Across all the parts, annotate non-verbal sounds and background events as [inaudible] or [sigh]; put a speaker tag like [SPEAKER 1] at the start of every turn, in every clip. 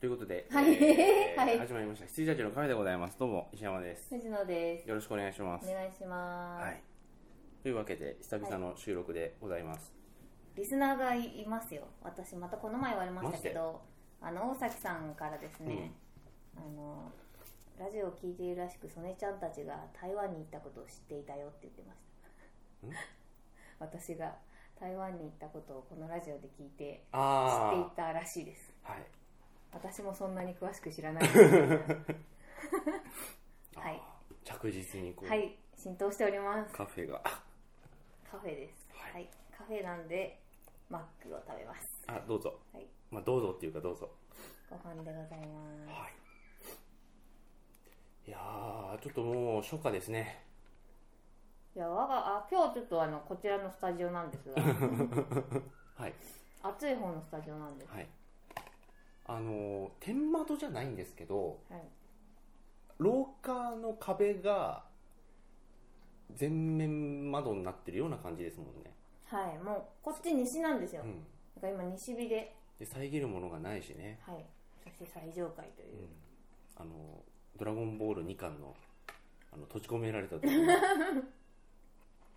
[SPEAKER 1] ということで、
[SPEAKER 2] はい
[SPEAKER 1] えー
[SPEAKER 2] [laughs] はい
[SPEAKER 1] 始まりました羊たちのカフェでございますどうも石山です
[SPEAKER 2] 藤野です。
[SPEAKER 1] よろしくお願いします
[SPEAKER 2] お願いします。
[SPEAKER 1] はいというわけで久々の収録でございます、
[SPEAKER 2] リスナーがいますよ。私またこの前言われましたけど、あの大崎さんからですね、あのラジオを聞いているらしく曽根ちゃんたちが台湾に行ったことを知っていたよって言ってました。 [laughs] 私が台湾に行ったことをこのラジオで聞いて知
[SPEAKER 1] あ
[SPEAKER 2] ってい
[SPEAKER 1] あ
[SPEAKER 2] たらしいです。
[SPEAKER 1] はい
[SPEAKER 2] 私もそんなに詳しく知
[SPEAKER 1] [laughs]
[SPEAKER 2] らないんですけどはい
[SPEAKER 1] あー着実にこう、
[SPEAKER 2] はい、浸透しております。
[SPEAKER 1] カフェが
[SPEAKER 2] カフェです。
[SPEAKER 1] はい
[SPEAKER 2] はい、カフェなんでマックを食べます。
[SPEAKER 1] あどうぞ、
[SPEAKER 2] はい
[SPEAKER 1] まあどうぞっていうかどうぞ
[SPEAKER 2] ご飯でございます。
[SPEAKER 1] はいいやーちょっともう初夏ですね
[SPEAKER 2] いや我があ今日ちょっとあのこちらのスタジオなんです
[SPEAKER 1] [laughs]
[SPEAKER 2] が
[SPEAKER 1] はい
[SPEAKER 2] 暑い方のスタジオなんです、
[SPEAKER 1] はいあのー天窓じゃないんですけど
[SPEAKER 2] はい、
[SPEAKER 1] 廊下の壁が全面窓になってるような感じですもんね、
[SPEAKER 2] はい、もうこっち西なんですよ、
[SPEAKER 1] うん、
[SPEAKER 2] だから今西日で、
[SPEAKER 1] で遮るものがないしね、
[SPEAKER 2] はい、そして最上階というう、
[SPEAKER 1] ん、あのドラゴンボール2巻のあの閉じ込められた時の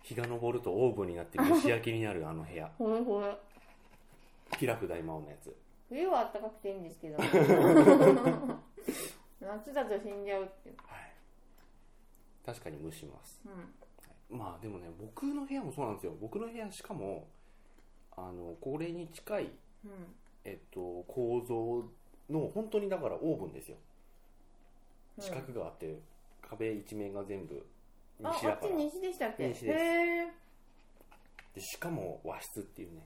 [SPEAKER 1] 日が昇るとオーブンになって蒸し焼きになるあの部屋
[SPEAKER 2] ほれほれ
[SPEAKER 1] 開く大魔王のやつ
[SPEAKER 2] 冬は暖かくていいんです
[SPEAKER 1] [laughs]
[SPEAKER 2] けど夏だと死んじゃうっていう、
[SPEAKER 1] はい確かに蒸します
[SPEAKER 2] うん、
[SPEAKER 1] まあでもね僕の部屋もそうなんですよ僕の部屋しかもあのこれに近い、
[SPEAKER 2] うん、
[SPEAKER 1] えっと、構造の本当にだからオーブンですよ
[SPEAKER 2] うん
[SPEAKER 1] 四角があって、壁一面が全部
[SPEAKER 2] ああ
[SPEAKER 1] 西だ
[SPEAKER 2] っ
[SPEAKER 1] か
[SPEAKER 2] ち
[SPEAKER 1] ら
[SPEAKER 2] 西でしたっけ
[SPEAKER 1] 西です
[SPEAKER 2] へえ
[SPEAKER 1] でしかも和室っていうね、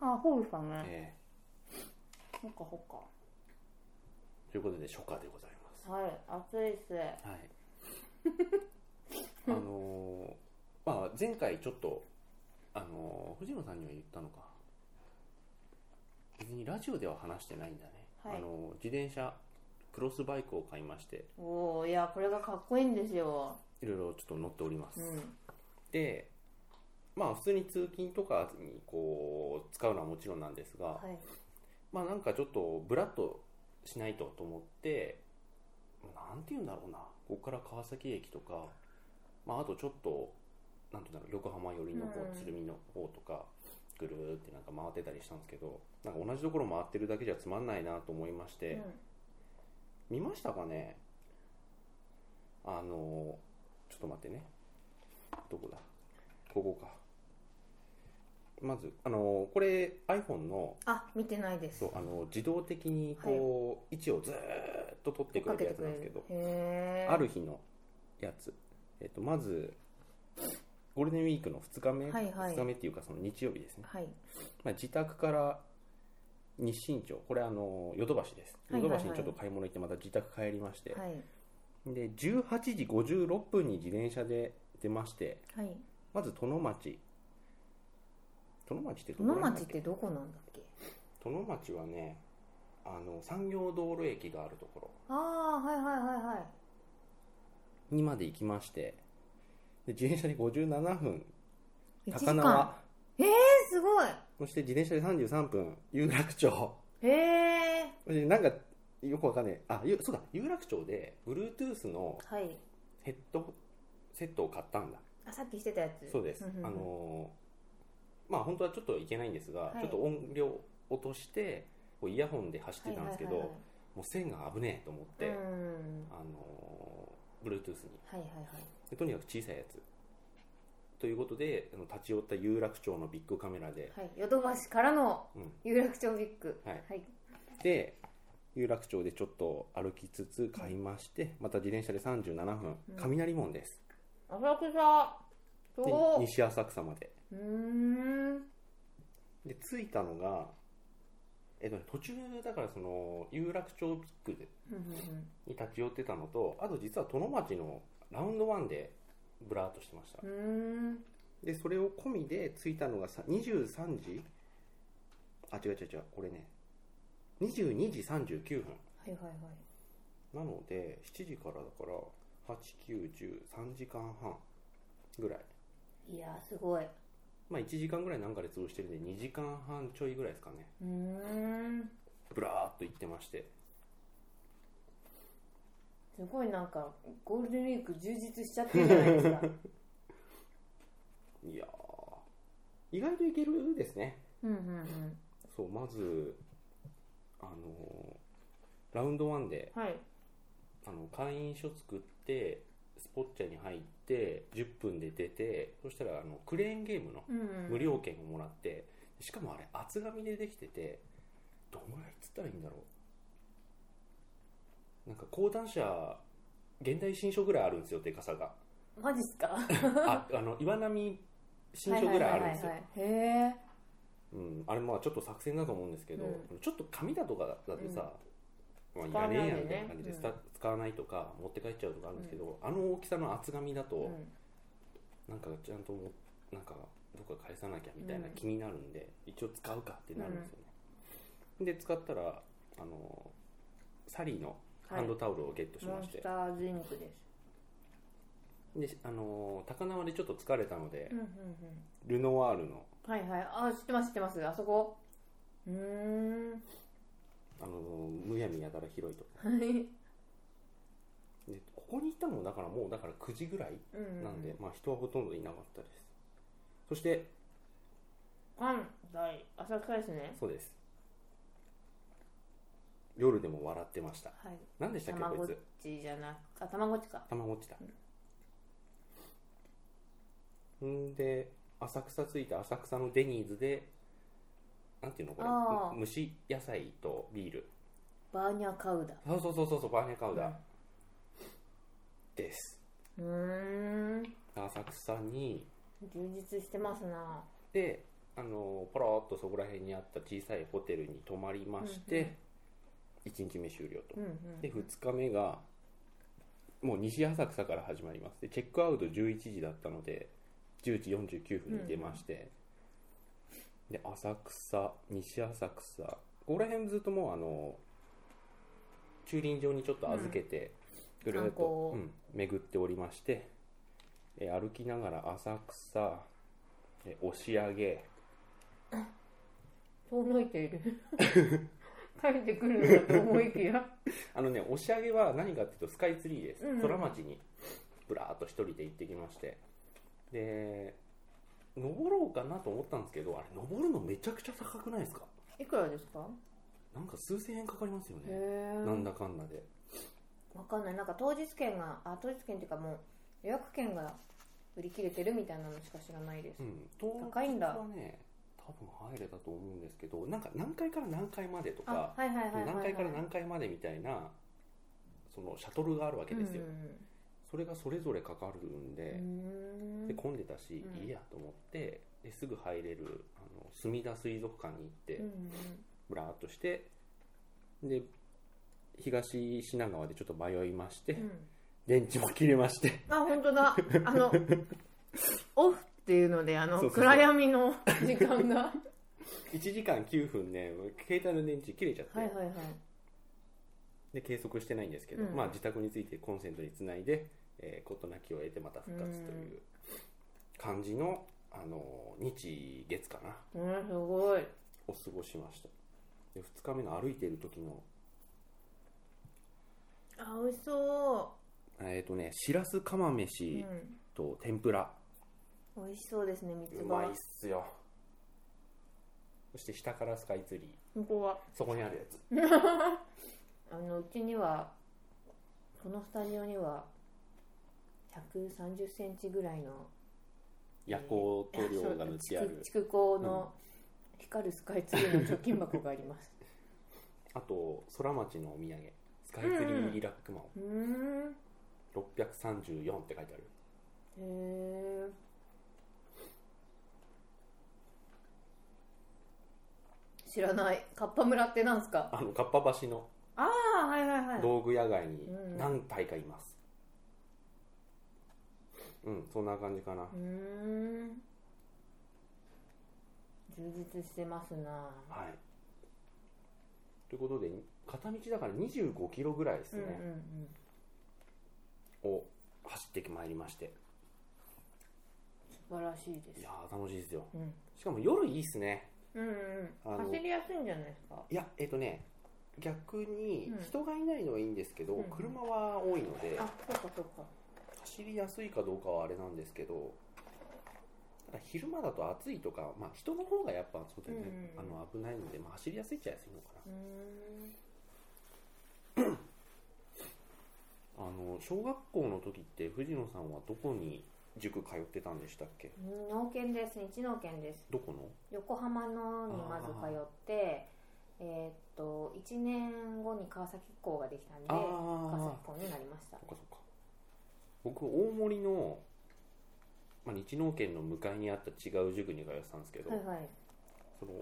[SPEAKER 2] あほうさんね
[SPEAKER 1] え
[SPEAKER 2] ほっかほっ
[SPEAKER 1] ーということで初夏でございます
[SPEAKER 2] かはい暑いっす
[SPEAKER 1] はい [laughs] あのーまあ前回ちょっとあのー藤野さんには言ったのか別にラジオでは話してないんだね、
[SPEAKER 2] はい
[SPEAKER 1] あのー自転車クロスバイクを買いまして
[SPEAKER 2] おおいやこれがかっこいいんですよ
[SPEAKER 1] いろいろちょっと乗っております、
[SPEAKER 2] うん
[SPEAKER 1] でまあ普通に通勤とかにこう使うのはもちろんなんですが、
[SPEAKER 2] はい
[SPEAKER 1] まあなんかちょっとブラッとしないとと思ってなんて言うんだろうなここから川崎駅とか、まあ、あとちょっとなんて言うんだろう横浜寄りの方、
[SPEAKER 2] うん
[SPEAKER 1] 鶴見の方とかぐるーってなんか回ってたりしたんですけどなんか同じところ回ってるだけじゃつまんないなと思いまし
[SPEAKER 2] う
[SPEAKER 1] て、
[SPEAKER 2] ん
[SPEAKER 1] 見ましたかねあのちょっと待ってねどこだここかまずあのこれ iPhone の
[SPEAKER 2] あ見てないです
[SPEAKER 1] そうあの自動的にこう、位置をずーっと取ってくれるやつなんですけど、
[SPEAKER 2] へえ
[SPEAKER 1] ある日のやつ、えっと、まずゴールデンウィークの2日目、
[SPEAKER 2] はいはい
[SPEAKER 1] 2日目っていうかその日曜日ですね、
[SPEAKER 2] はい
[SPEAKER 1] まあ、自宅から日新町これあのヨドバシですヨ
[SPEAKER 2] はい
[SPEAKER 1] ド
[SPEAKER 2] はいは
[SPEAKER 1] バ
[SPEAKER 2] い
[SPEAKER 1] シにちょっと買い物行ってまた自宅帰りまして、
[SPEAKER 2] はい
[SPEAKER 1] で18時56分に自転車で出まして
[SPEAKER 2] はい
[SPEAKER 1] まず殿町殿町ってどこ
[SPEAKER 2] 野
[SPEAKER 1] ら辺だ
[SPEAKER 2] 町
[SPEAKER 1] っ
[SPEAKER 2] っ
[SPEAKER 1] け
[SPEAKER 2] てどこなんだっけ
[SPEAKER 1] 殿町はねあの産業道路駅があるところ
[SPEAKER 2] ああはいはいはいはい
[SPEAKER 1] にまで行きましてで自転車で57分
[SPEAKER 2] 1時
[SPEAKER 1] 高
[SPEAKER 2] 間
[SPEAKER 1] 輪
[SPEAKER 2] えー、すごい
[SPEAKER 1] そして自転車で33分有楽町
[SPEAKER 2] へえ
[SPEAKER 1] そしてなんかよくわかんないあゆそうだ有楽町で Bluetooth の
[SPEAKER 2] はい
[SPEAKER 1] ヘッドセットを買ったんだ
[SPEAKER 2] あさっきしてたやつ
[SPEAKER 1] そうです、
[SPEAKER 2] んんん
[SPEAKER 1] あのーまあ本当はちょっといけないんですが、
[SPEAKER 2] はい
[SPEAKER 1] ちょっと音量落としてこうイヤホンで走ってたんですけど、
[SPEAKER 2] はいはい
[SPEAKER 1] もう線が危ねえと思って、
[SPEAKER 2] はいはい、うん
[SPEAKER 1] あのー Bluetooth に
[SPEAKER 2] はいはいはい
[SPEAKER 1] でとにかく小さいやつということであの立ち寄った有楽町のビッグカメラで
[SPEAKER 2] はいヨドバシからの
[SPEAKER 1] うん
[SPEAKER 2] 有楽町ビッグ
[SPEAKER 1] はい
[SPEAKER 2] はい
[SPEAKER 1] で有楽町でちょっと歩きつつ買いましてまた自転車で37分
[SPEAKER 2] うん
[SPEAKER 1] 雷門です、
[SPEAKER 2] 浅草す
[SPEAKER 1] で
[SPEAKER 2] ごい
[SPEAKER 1] 西浅草まで
[SPEAKER 2] うーん
[SPEAKER 1] で着いたのがえっとね途中だからその有楽町ビッグ
[SPEAKER 2] ふんふんふん
[SPEAKER 1] に立ち寄ってたのとあと実は殿町のラウンドワンでブラーっとしてました
[SPEAKER 2] うーん
[SPEAKER 1] でそれを込みで着いたのがさ23時あ違う違う違うこれね22時39分
[SPEAKER 2] はいはいはい
[SPEAKER 1] なので7時からだから8910時間半ぐらい
[SPEAKER 2] いやーすごいう
[SPEAKER 1] まあ1時間ぐらいなんかで潰してるんで2時間半ちょいぐらいですかね
[SPEAKER 2] ーん
[SPEAKER 1] ブラーっと行ってまして
[SPEAKER 2] すごいなんかゴールデンウィーク充実しちゃってるじゃないですか
[SPEAKER 1] いやー意外といけるですね
[SPEAKER 2] うんうんうん
[SPEAKER 1] そうまずあのーラウンド1で
[SPEAKER 2] はい
[SPEAKER 1] あの会員書作ってスポッチャに入って10分で出てそしたらあのクレーンゲームの
[SPEAKER 2] うんうん
[SPEAKER 1] 無料券をもらってしかもあれ厚紙でできててどのぐらいっつったらいいんだろうなんか講談社現代新書ぐらいあるんですよでかさが
[SPEAKER 2] マジっすか
[SPEAKER 1] ああの岩波新書ぐらいあるんですよ
[SPEAKER 2] はいはいはいはいへえ
[SPEAKER 1] うんあれまあちょっと作戦だと思うんですけど、
[SPEAKER 2] う
[SPEAKER 1] ちょっと紙だとかだとさ、ま
[SPEAKER 2] 使
[SPEAKER 1] あ、
[SPEAKER 2] わ
[SPEAKER 1] や
[SPEAKER 2] ない
[SPEAKER 1] れんやん
[SPEAKER 2] でね
[SPEAKER 1] みたいな感じで、
[SPEAKER 2] うん
[SPEAKER 1] 使使わないとか持って帰っちゃうとかあるんですけど、あの大きさの厚紙だと、
[SPEAKER 2] うん
[SPEAKER 1] なんかちゃんともなんかどっか返さなきゃみたいな
[SPEAKER 2] うん
[SPEAKER 1] 気になるんで、一応使うかってなるんですよね、で使ったらあのサリーのハンドタオルをゲットし
[SPEAKER 2] モ
[SPEAKER 1] ま
[SPEAKER 2] ン
[SPEAKER 1] して
[SPEAKER 2] ス、ターズインクです
[SPEAKER 1] であの高輪でちょっと疲れたので
[SPEAKER 2] う、んうんうん
[SPEAKER 1] ルノワールの
[SPEAKER 2] はいはいあ知ってます知ってますあそこうーんは
[SPEAKER 1] あのむやみやたら広いと
[SPEAKER 2] い
[SPEAKER 1] でここに行ったのもだからもうだから9時ぐらい
[SPEAKER 2] うん
[SPEAKER 1] なんで、まあ、人はほとんどいなかったですそして
[SPEAKER 2] 関大浅草ですね
[SPEAKER 1] そうです夜でも笑ってました
[SPEAKER 2] はい
[SPEAKER 1] 何でした
[SPEAKER 2] た
[SPEAKER 1] っけ
[SPEAKER 2] まご
[SPEAKER 1] こ
[SPEAKER 2] っ
[SPEAKER 1] いつ
[SPEAKER 2] ちじゃなくあたまごっちか
[SPEAKER 1] たまごっちだ、んで浅草着いた浅草のデニーズでなんていうのこれ
[SPEAKER 2] あー
[SPEAKER 1] む蒸し野菜とビール
[SPEAKER 2] バーニャカウダ
[SPEAKER 1] そうそうそうそうそうバーニャカウダー
[SPEAKER 2] うん
[SPEAKER 1] です
[SPEAKER 2] うーん
[SPEAKER 1] 浅草に
[SPEAKER 2] 充実してますな
[SPEAKER 1] であのポロっとそこら辺にあった小さいホテルに泊まりまして、一1日目終了と、
[SPEAKER 2] うんうん
[SPEAKER 1] で2日目がもう西浅草から始まりますでチェックアウト11時だったので10時49分に出まして、で浅草西浅草ここら辺ずっともうあの駐輪場にちょっと預けてぐるっ
[SPEAKER 2] 観光
[SPEAKER 1] と
[SPEAKER 2] を、
[SPEAKER 1] うん巡っておりましてえー歩きながら浅草えー押上
[SPEAKER 2] 遠のいてい
[SPEAKER 1] [laughs]
[SPEAKER 2] る帰ってくるのかと思いきや
[SPEAKER 1] あのね、押し上げは何かっていうとスカイツリーです、
[SPEAKER 2] うんうん
[SPEAKER 1] 空町にぶらーっと一人で行ってきましてで登ろうかなと思ったんですけどあれ登るのめちゃくちゃ高くないですか
[SPEAKER 2] [laughs] いくらですか
[SPEAKER 1] なんか数千円かかりますよね
[SPEAKER 2] へえ
[SPEAKER 1] なんだかんだで
[SPEAKER 2] わかんないなんか当日券があ当日券っていうかもう予約券が売り切れてるみたいなのしか知らないです、
[SPEAKER 1] うん当日
[SPEAKER 2] 高いんだ
[SPEAKER 1] はね多分入れたと思うんですけどなんか何階から何階までとか
[SPEAKER 2] あはいはいはいはい、はい、
[SPEAKER 1] 何階から何階までみたいなそのシャトルがあるわけですよ、
[SPEAKER 2] うんうんうん
[SPEAKER 1] それがそれぞれかかるんで、
[SPEAKER 2] うーん
[SPEAKER 1] で混んでたし、
[SPEAKER 2] うん
[SPEAKER 1] いいやと思ってですぐ入れるあの墨田水族館に行って、
[SPEAKER 2] うん
[SPEAKER 1] ぶらーっとしてで東品川でちょっと迷いまして、
[SPEAKER 2] うんうん
[SPEAKER 1] 電池も切れまして [laughs]
[SPEAKER 2] あ本当だあのオフっていうのであの
[SPEAKER 1] そうそうそう
[SPEAKER 2] 暗闇の時間が [laughs]
[SPEAKER 1] 1時間9分ね携帯の電池切れちゃって、
[SPEAKER 2] はいはいはい
[SPEAKER 1] で計測してないんですけど、
[SPEAKER 2] うん
[SPEAKER 1] まあ、自宅についてコンセントにつないでえー事、なきを得てまた復活という感じの、あの日月かな
[SPEAKER 2] うんすごい
[SPEAKER 1] お過ごししましたで2日目の歩いてる時の
[SPEAKER 2] あ美味しそ
[SPEAKER 1] えっ、とねしらす釜
[SPEAKER 2] う、
[SPEAKER 1] 飯
[SPEAKER 2] うん、
[SPEAKER 1] と天ぷら、
[SPEAKER 2] 美味しそうですね三
[SPEAKER 1] う
[SPEAKER 2] つ
[SPEAKER 1] まいっ
[SPEAKER 2] 葉
[SPEAKER 1] すよそして下からスカイツリー
[SPEAKER 2] ここは
[SPEAKER 1] そこにあるやつ
[SPEAKER 2] あのうちにはこのスタジオには1 3 0センチぐらいの
[SPEAKER 1] 夜光塗料が塗ってある
[SPEAKER 2] 築港の光るスカイツリーの貯金箱があります
[SPEAKER 1] あと空町のお土産スカイツリーリラックマン
[SPEAKER 2] [laughs] うーんへ
[SPEAKER 1] 634って書いてある
[SPEAKER 2] え知らないカッパ村ってなんすか
[SPEAKER 1] あのかっぱ橋の
[SPEAKER 2] ああはいはいはい
[SPEAKER 1] 道具屋街に
[SPEAKER 2] うん
[SPEAKER 1] 何体かいますうんそんな感じかな
[SPEAKER 2] うーん充実してますな
[SPEAKER 1] はいということで片道だから25キロぐらいです
[SPEAKER 2] うんうん
[SPEAKER 1] ね、
[SPEAKER 2] うん
[SPEAKER 1] を走ってまいりまして
[SPEAKER 2] 素晴らしいで
[SPEAKER 1] い
[SPEAKER 2] す
[SPEAKER 1] やー楽しいですよ
[SPEAKER 2] うん
[SPEAKER 1] しかも夜いいっすね
[SPEAKER 2] うんうん
[SPEAKER 1] あの
[SPEAKER 2] 走りやすいんじゃないですか
[SPEAKER 1] いやえっ、とね逆に
[SPEAKER 2] うん
[SPEAKER 1] 人がいないのはいいんですけど、
[SPEAKER 2] うん
[SPEAKER 1] 車は多いので
[SPEAKER 2] あそうかそうか
[SPEAKER 1] 走りやすいかどうかはあれなんですけどただ昼間だと暑いとか、まあ、人の方がやっぱそうだよね、
[SPEAKER 2] うん
[SPEAKER 1] あの危ないので、まあ、走りやすいっちゃ安いのか
[SPEAKER 2] うーん
[SPEAKER 1] な、あの小学校の時って藤野さんはどこに塾通ってたんでしたっけ
[SPEAKER 2] うん農研です日農研です
[SPEAKER 1] どこの
[SPEAKER 2] 横浜のにまず通ってえーっと1年後に川崎校ができたんで
[SPEAKER 1] あ
[SPEAKER 2] 川
[SPEAKER 1] あ
[SPEAKER 2] 崎校になりました
[SPEAKER 1] そっかそっか僕大森の、まあ、日農研の向かいにあった違う塾に通ってたんですけど、
[SPEAKER 2] はいはい
[SPEAKER 1] その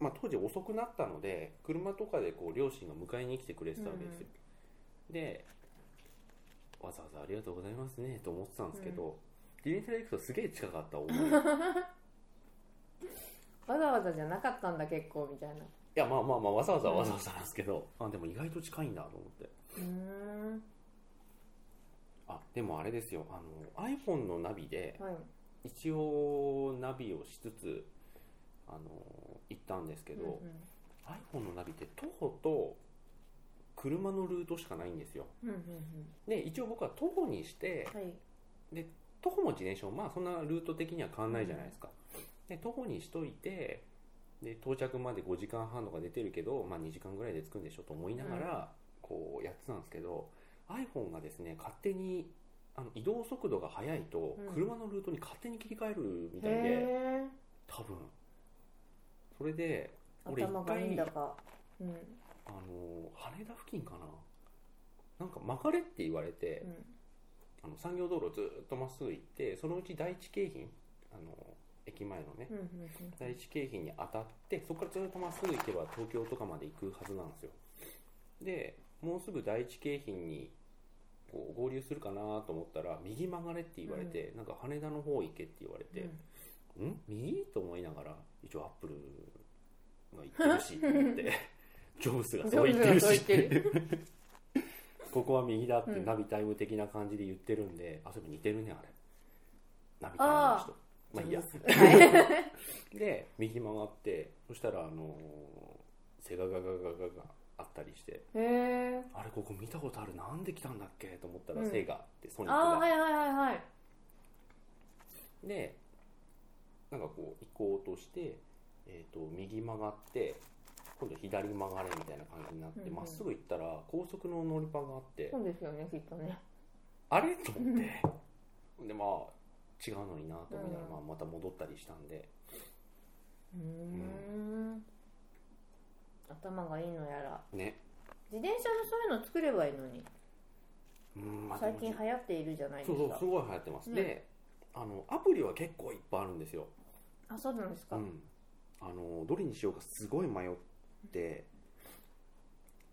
[SPEAKER 1] まあ、当時遅くなったので車とかでこう両親が迎えに来てくれてたわけですよ、でわざわざありがとうございますねと思ってたんですけど、自転車で行くとすげえ近かった [laughs] 思いい
[SPEAKER 2] わざわざじゃなかったんだ結構みたいな
[SPEAKER 1] やまあまあまあわざわざわざわざなんですけど、あでも意外と近いんだと思って
[SPEAKER 2] うーん
[SPEAKER 1] あでもあれですよあの iPhone のナビで
[SPEAKER 2] はい
[SPEAKER 1] 一応ナビをしつつあの行ったんですけど、iPhone のナビって徒歩と車のルートしかないんですよ
[SPEAKER 2] うんうんうんうん
[SPEAKER 1] で一応僕は徒歩にして
[SPEAKER 2] うんはい
[SPEAKER 1] 徒歩も自転車もまあそんなルート的には変わんないじゃないですか、で徒歩にしといてで到着まで5時間半とか出てるけど、まあ、2時間ぐらいで着くんでしょと思いながらこうやってたんですけど、iPhone がですね勝手にあの移動速度が速いと
[SPEAKER 2] うん
[SPEAKER 1] 車のルートに勝手に切り替えるみたいで、
[SPEAKER 2] へえ
[SPEAKER 1] 多分それで俺一回
[SPEAKER 2] 頭がいいんだかうんうん
[SPEAKER 1] あの羽田付近かななんか曲がれって言われて、あの産業道路ずーっとまっすぐ行ってそのうち第一京浜あの駅前のね、
[SPEAKER 2] うんうん
[SPEAKER 1] 第一京浜に当たってそこからずーっとまっすぐ行けば東京とかまで行くはずなんですよでもうすぐ第一京浜にこう合流するかなと思ったら右曲がれって言われて、なんか羽田の方行けって言われ
[SPEAKER 2] うん
[SPEAKER 1] て、ん、右と思いながら一応アップルが言ってるしと思って [laughs] ジョブスがそう言ってるしって
[SPEAKER 2] ジョブ
[SPEAKER 1] ここは右だって
[SPEAKER 2] うん
[SPEAKER 1] ナビタイム的な感じで言ってるんで、あそういえば似てるねあれナビタイムの人まあ
[SPEAKER 2] [laughs]
[SPEAKER 1] いいや [laughs] で右曲がってそしたらあのー、セガガガガガがあったりして
[SPEAKER 2] へえ
[SPEAKER 1] あれここ見たことあるなんで来たんだっけと思ったら、
[SPEAKER 2] うん
[SPEAKER 1] セガってソニック
[SPEAKER 2] ああ
[SPEAKER 1] が
[SPEAKER 2] ーはいはいはいはい
[SPEAKER 1] でなんかこう行こうとして、えー、と右曲がって今度左曲がれみたいな感じになって
[SPEAKER 2] うんうん
[SPEAKER 1] ま、っすぐ行ったら高速の乗り場があって、
[SPEAKER 2] そうですよねきっとね
[SPEAKER 1] あれと思ってでまあ違うのになと思いながら、
[SPEAKER 2] うん
[SPEAKER 1] まあ、また戻ったりしたんで
[SPEAKER 2] うーん頭がいいのやら
[SPEAKER 1] ね
[SPEAKER 2] 自転車でそういうの作ればいいのに
[SPEAKER 1] うんまあで
[SPEAKER 2] 最
[SPEAKER 1] も
[SPEAKER 2] 近流行っているじゃないです
[SPEAKER 1] そう
[SPEAKER 2] か
[SPEAKER 1] そうすごい流行ってます、
[SPEAKER 2] ね
[SPEAKER 1] であのアプリは結構いっぱいあるんですよ、
[SPEAKER 2] あそうなんです
[SPEAKER 1] う
[SPEAKER 2] か、
[SPEAKER 1] ん、あのどれにしようかすごい迷って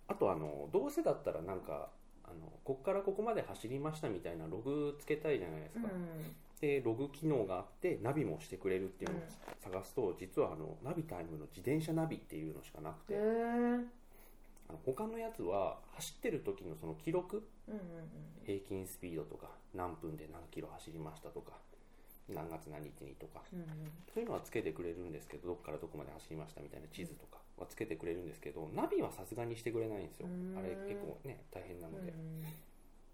[SPEAKER 1] あとあのどうせだったらなんかあのこっからここまで走りましたみたいなログつけたいじゃないですか、でログ機能があってナビもしてくれるっていうのを探すと、実はあのナビタイムの自転車ナビっていうのしかなく
[SPEAKER 2] う
[SPEAKER 1] て、
[SPEAKER 2] ん、へえうん
[SPEAKER 1] あの他のやつは走ってる時のその記録
[SPEAKER 2] うん
[SPEAKER 1] 平均スピードとか何分で何キロ走りましたとか何月何日にとか
[SPEAKER 2] うんうん
[SPEAKER 1] そういうのはつけてくれるんですけどどこからどこまで走りましたみたいな地図とかはつけてくれるんですけどナビはさすがにしてくれないんですよ
[SPEAKER 2] うん
[SPEAKER 1] あれ結構ね大変な
[SPEAKER 2] うんう
[SPEAKER 1] の
[SPEAKER 2] ん
[SPEAKER 1] で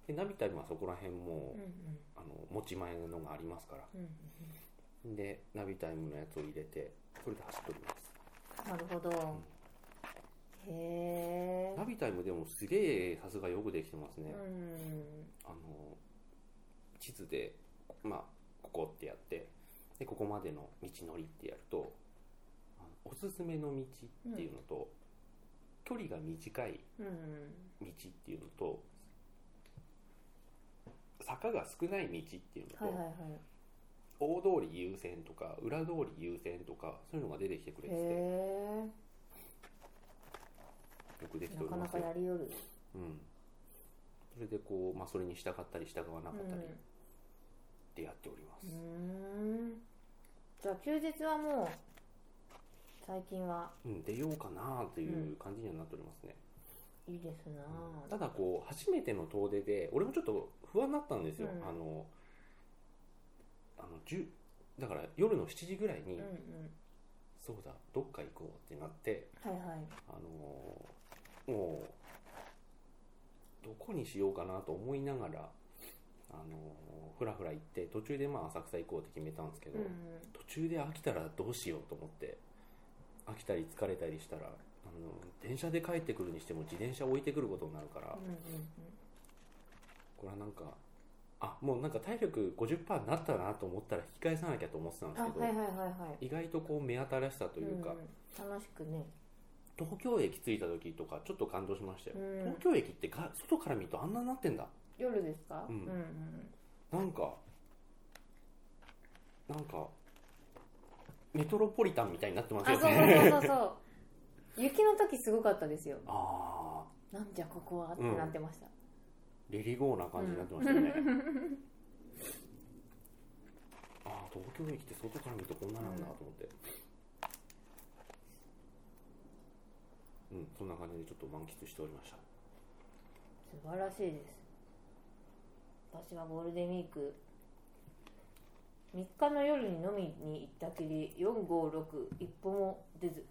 [SPEAKER 1] でナビタイムはそこら辺も
[SPEAKER 2] うんうん
[SPEAKER 1] あの持ち前のがありますから
[SPEAKER 2] うんうん
[SPEAKER 1] でナビタイムのやつを入れてそれで走っております
[SPEAKER 2] なるほど、へえ
[SPEAKER 1] ナビタイムでもすげえさすがよくできてますね
[SPEAKER 2] うん
[SPEAKER 1] あの地図で、まあ、ここってやってでここまでの道のりってやるとあのおすすめの道っていうのと、距離が短い
[SPEAKER 2] うん
[SPEAKER 1] 道っていうのと坂が少ない道っていうのと、
[SPEAKER 2] はいはいはい
[SPEAKER 1] 大通り優先とか裏通り優先とかそういうのが出てきてくれてて
[SPEAKER 2] へ
[SPEAKER 1] よくで
[SPEAKER 2] え
[SPEAKER 1] きて
[SPEAKER 2] な
[SPEAKER 1] おり
[SPEAKER 2] か
[SPEAKER 1] ま
[SPEAKER 2] な
[SPEAKER 1] す
[SPEAKER 2] か
[SPEAKER 1] よ
[SPEAKER 2] やりよる
[SPEAKER 1] うん、それでこう、まあ、それに従ったり従わなかったりでやっております、
[SPEAKER 2] うーんじゃあ休日はもう最近は
[SPEAKER 1] うん、出ようかなという感じにはなっておりますね、
[SPEAKER 2] いいですなあ
[SPEAKER 1] ただこう初めての遠出で俺もちょっと不安だったんですよ、
[SPEAKER 2] うん
[SPEAKER 1] あのあの10だから夜の7時ぐらいに、
[SPEAKER 2] うんうん
[SPEAKER 1] そうだどっか行こうってなって
[SPEAKER 2] はいはい
[SPEAKER 1] あのしようかなと思いながらあのふらふら行って途中でまあ浅草行こうって決めたんですけど、
[SPEAKER 2] うん
[SPEAKER 1] 途中で飽きたらどうしようと思って飽きたり疲れたりしたらあの電車で帰ってくるにしても自転車置いてくることになるから、
[SPEAKER 2] うんうん
[SPEAKER 1] これはなんかあもうなんか体力50%になったなと思ったら引き返さなきゃと思ってたん
[SPEAKER 2] うん
[SPEAKER 1] です
[SPEAKER 2] あ
[SPEAKER 1] けど、
[SPEAKER 2] はいはいはいはい
[SPEAKER 1] 意外とこう目新しさというか、
[SPEAKER 2] うん楽しくね
[SPEAKER 1] 東京駅着いた時とかちょっと感動しましたよ、
[SPEAKER 2] うん
[SPEAKER 1] 東京駅ってが外から見るとあんなになってんだ
[SPEAKER 2] 夜ですか
[SPEAKER 1] うん
[SPEAKER 2] うんうん
[SPEAKER 1] なんかなんかメトロポリタンみたいになってます
[SPEAKER 2] あ
[SPEAKER 1] よ
[SPEAKER 2] そう
[SPEAKER 1] ね
[SPEAKER 2] そうそうそう [laughs] そう雪の時すごかったですよ
[SPEAKER 1] ああ
[SPEAKER 2] なんじゃここはってなってました、
[SPEAKER 1] ーリリゴーな感じになってましたよね、 [laughs] ああ東京駅って外から見るとこんななんだと思ってうん、そんな感じでちょっと満喫しておりました
[SPEAKER 2] 素晴らしいです私はゴールデンウィーク3日の夜に飲みに行ったきり456一歩も出ず、
[SPEAKER 1] うん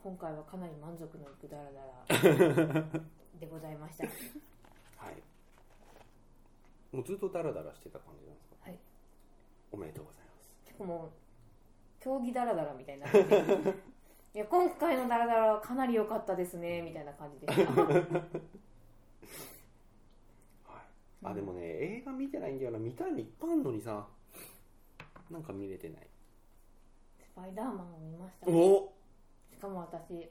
[SPEAKER 2] 今回はかなり満足のいくダラ
[SPEAKER 1] [laughs]
[SPEAKER 2] ダラでございました
[SPEAKER 1] はいもうずっとダラダラしてた感じなんですか
[SPEAKER 2] はい
[SPEAKER 1] おめでとうございます
[SPEAKER 2] 結構もう競技ダラダラみたいになってて
[SPEAKER 1] [laughs]
[SPEAKER 2] いや今回のダラダラはかなり良かったですねみたいな感じでした
[SPEAKER 1] [laughs] はい、
[SPEAKER 2] う
[SPEAKER 1] あ
[SPEAKER 2] ん
[SPEAKER 1] でもね映画見てないんだよな見たいのいっぱいあるのにさなんか見れてない
[SPEAKER 2] スパイダーマンを見ましたし
[SPEAKER 1] お
[SPEAKER 2] かも私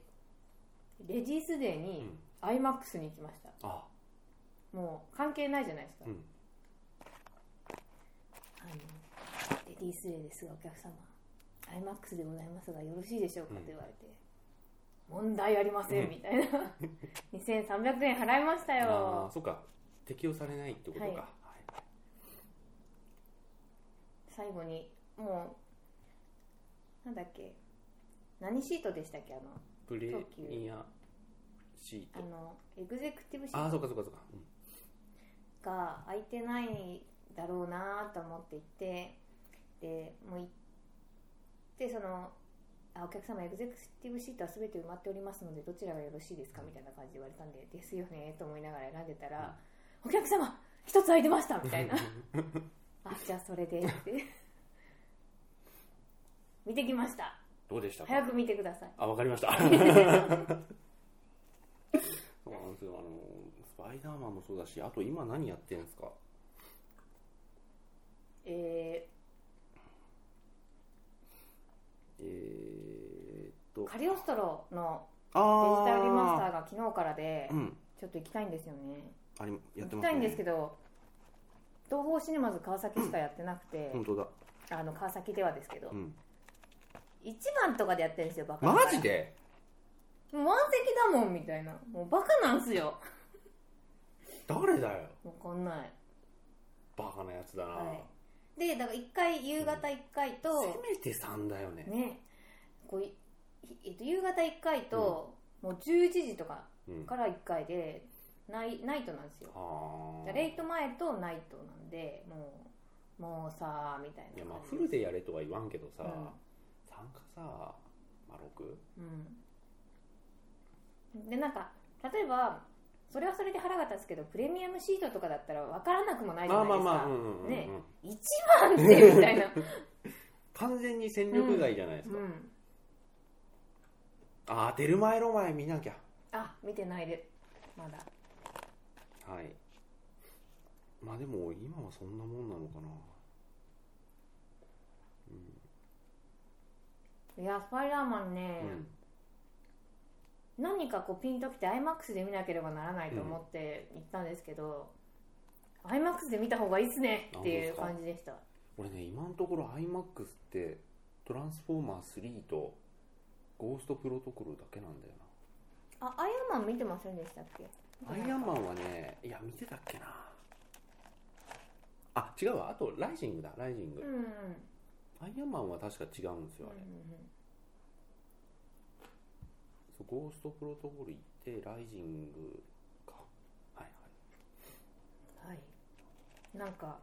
[SPEAKER 2] レジスデー
[SPEAKER 1] う
[SPEAKER 2] に
[SPEAKER 1] ん
[SPEAKER 2] IMAX に行きました
[SPEAKER 1] あ
[SPEAKER 2] もう関係ないじゃないですか、
[SPEAKER 1] うん
[SPEAKER 2] あのレディースデーですがお客様 IMAX でございますがよろしいでしょうか
[SPEAKER 1] うん
[SPEAKER 2] と言われて、問題ありませんみたいな
[SPEAKER 1] [laughs]
[SPEAKER 2] 2300円払いました
[SPEAKER 1] あ
[SPEAKER 2] よ
[SPEAKER 1] ーそっか適用されないってことか、
[SPEAKER 2] はい
[SPEAKER 1] はい
[SPEAKER 2] 最後にもうなんだっけ何シートでしたっけあの
[SPEAKER 1] プレミアシー
[SPEAKER 2] あ
[SPEAKER 1] ト
[SPEAKER 2] のエグゼクティブシ
[SPEAKER 1] あ
[SPEAKER 2] ー
[SPEAKER 1] あそ
[SPEAKER 2] ト
[SPEAKER 1] っかそっかそっか、うん
[SPEAKER 2] が空いてないだろうなと思って行ってでもう行ってそのあお客様エグゼクティブシートは全て埋まっておりますのでどちらがよろしいですかみたいな感じで言われたんでですよねと思いながら選んでたら、お客様一つ空いてましたみたいなあじゃあそれでって見てきました
[SPEAKER 1] [laughs] どうでしたか
[SPEAKER 2] 早く見てください
[SPEAKER 1] あわかりま
[SPEAKER 2] [laughs]
[SPEAKER 1] したそうなんですよあのスパイダーマンもそうだしあと今何やってんですか
[SPEAKER 2] え
[SPEAKER 1] えー、っと
[SPEAKER 2] ーカリオストロの
[SPEAKER 1] あ
[SPEAKER 2] デジタルリマスタ
[SPEAKER 1] ー
[SPEAKER 2] ーが昨日からで
[SPEAKER 1] うん
[SPEAKER 2] ちょっと行きたいんですよね
[SPEAKER 1] あれやってます
[SPEAKER 2] 行き
[SPEAKER 1] ね
[SPEAKER 2] たいんですけど東宝シネマズ川崎しかやってなくて、
[SPEAKER 1] 本当だ
[SPEAKER 2] あの川崎ではですけど、
[SPEAKER 1] うん
[SPEAKER 2] 一番とかでやってるんですよバカだか
[SPEAKER 1] マ
[SPEAKER 2] ら
[SPEAKER 1] ジで
[SPEAKER 2] もう満席だもんみたいなもうバカなんすよ
[SPEAKER 1] 誰だよ
[SPEAKER 2] わかんない
[SPEAKER 1] バカなやつだな、
[SPEAKER 2] はいでだから1回夕方1回と
[SPEAKER 1] せ、めて3だよね
[SPEAKER 2] ねこういえっと、夕方1回と、もう11時とか
[SPEAKER 1] うん
[SPEAKER 2] から1回でナイナイトなんですよ
[SPEAKER 1] あー
[SPEAKER 2] レイト前とナイトなんでもうもうさあみたい
[SPEAKER 1] い
[SPEAKER 2] な
[SPEAKER 1] やまあ
[SPEAKER 2] 感
[SPEAKER 1] フ
[SPEAKER 2] じ
[SPEAKER 1] ルでやれとは言わんけどさ、
[SPEAKER 2] うん
[SPEAKER 1] 参加さ、まあ、6
[SPEAKER 2] うん、でなんか例えばそれはそれで腹が立つけどプレミアムシートとかだったら分からなくもないじゃ
[SPEAKER 1] ま
[SPEAKER 2] な
[SPEAKER 1] あまあ
[SPEAKER 2] いですか、
[SPEAKER 1] まあ、うんうんうんうん
[SPEAKER 2] ね一番ってみ
[SPEAKER 1] [laughs]
[SPEAKER 2] たいな、
[SPEAKER 1] 完全に戦力外じゃないです
[SPEAKER 2] う
[SPEAKER 1] か、
[SPEAKER 2] ん、
[SPEAKER 1] ああ出る前の前見なきゃ
[SPEAKER 2] あ見てないでまだ
[SPEAKER 1] はいまあでも今はそんなもんなのかなうん
[SPEAKER 2] いやスパイダーマンね、
[SPEAKER 1] うん
[SPEAKER 2] 何かこうピンときて IMAX で見なければならないと思って行ったんですけど、IMAX で見た方がいいっすねっていう感じでした
[SPEAKER 1] 俺ね今のところ iMAX って「トランスフォーマー3」と「ゴーストプロトコル」だけなんだよな
[SPEAKER 2] あアイアンマン見てませんでしたっけ
[SPEAKER 1] アイアンマンはね、いや、見てたっけな。あ、違うわ。あと、ライジングだ、ライジング
[SPEAKER 2] うん。うんうん
[SPEAKER 1] アイアンマンは確か違うんですよ、あれ。そうゴーストプロトコル行って、ライジングか。はいはい。
[SPEAKER 2] はい、なんか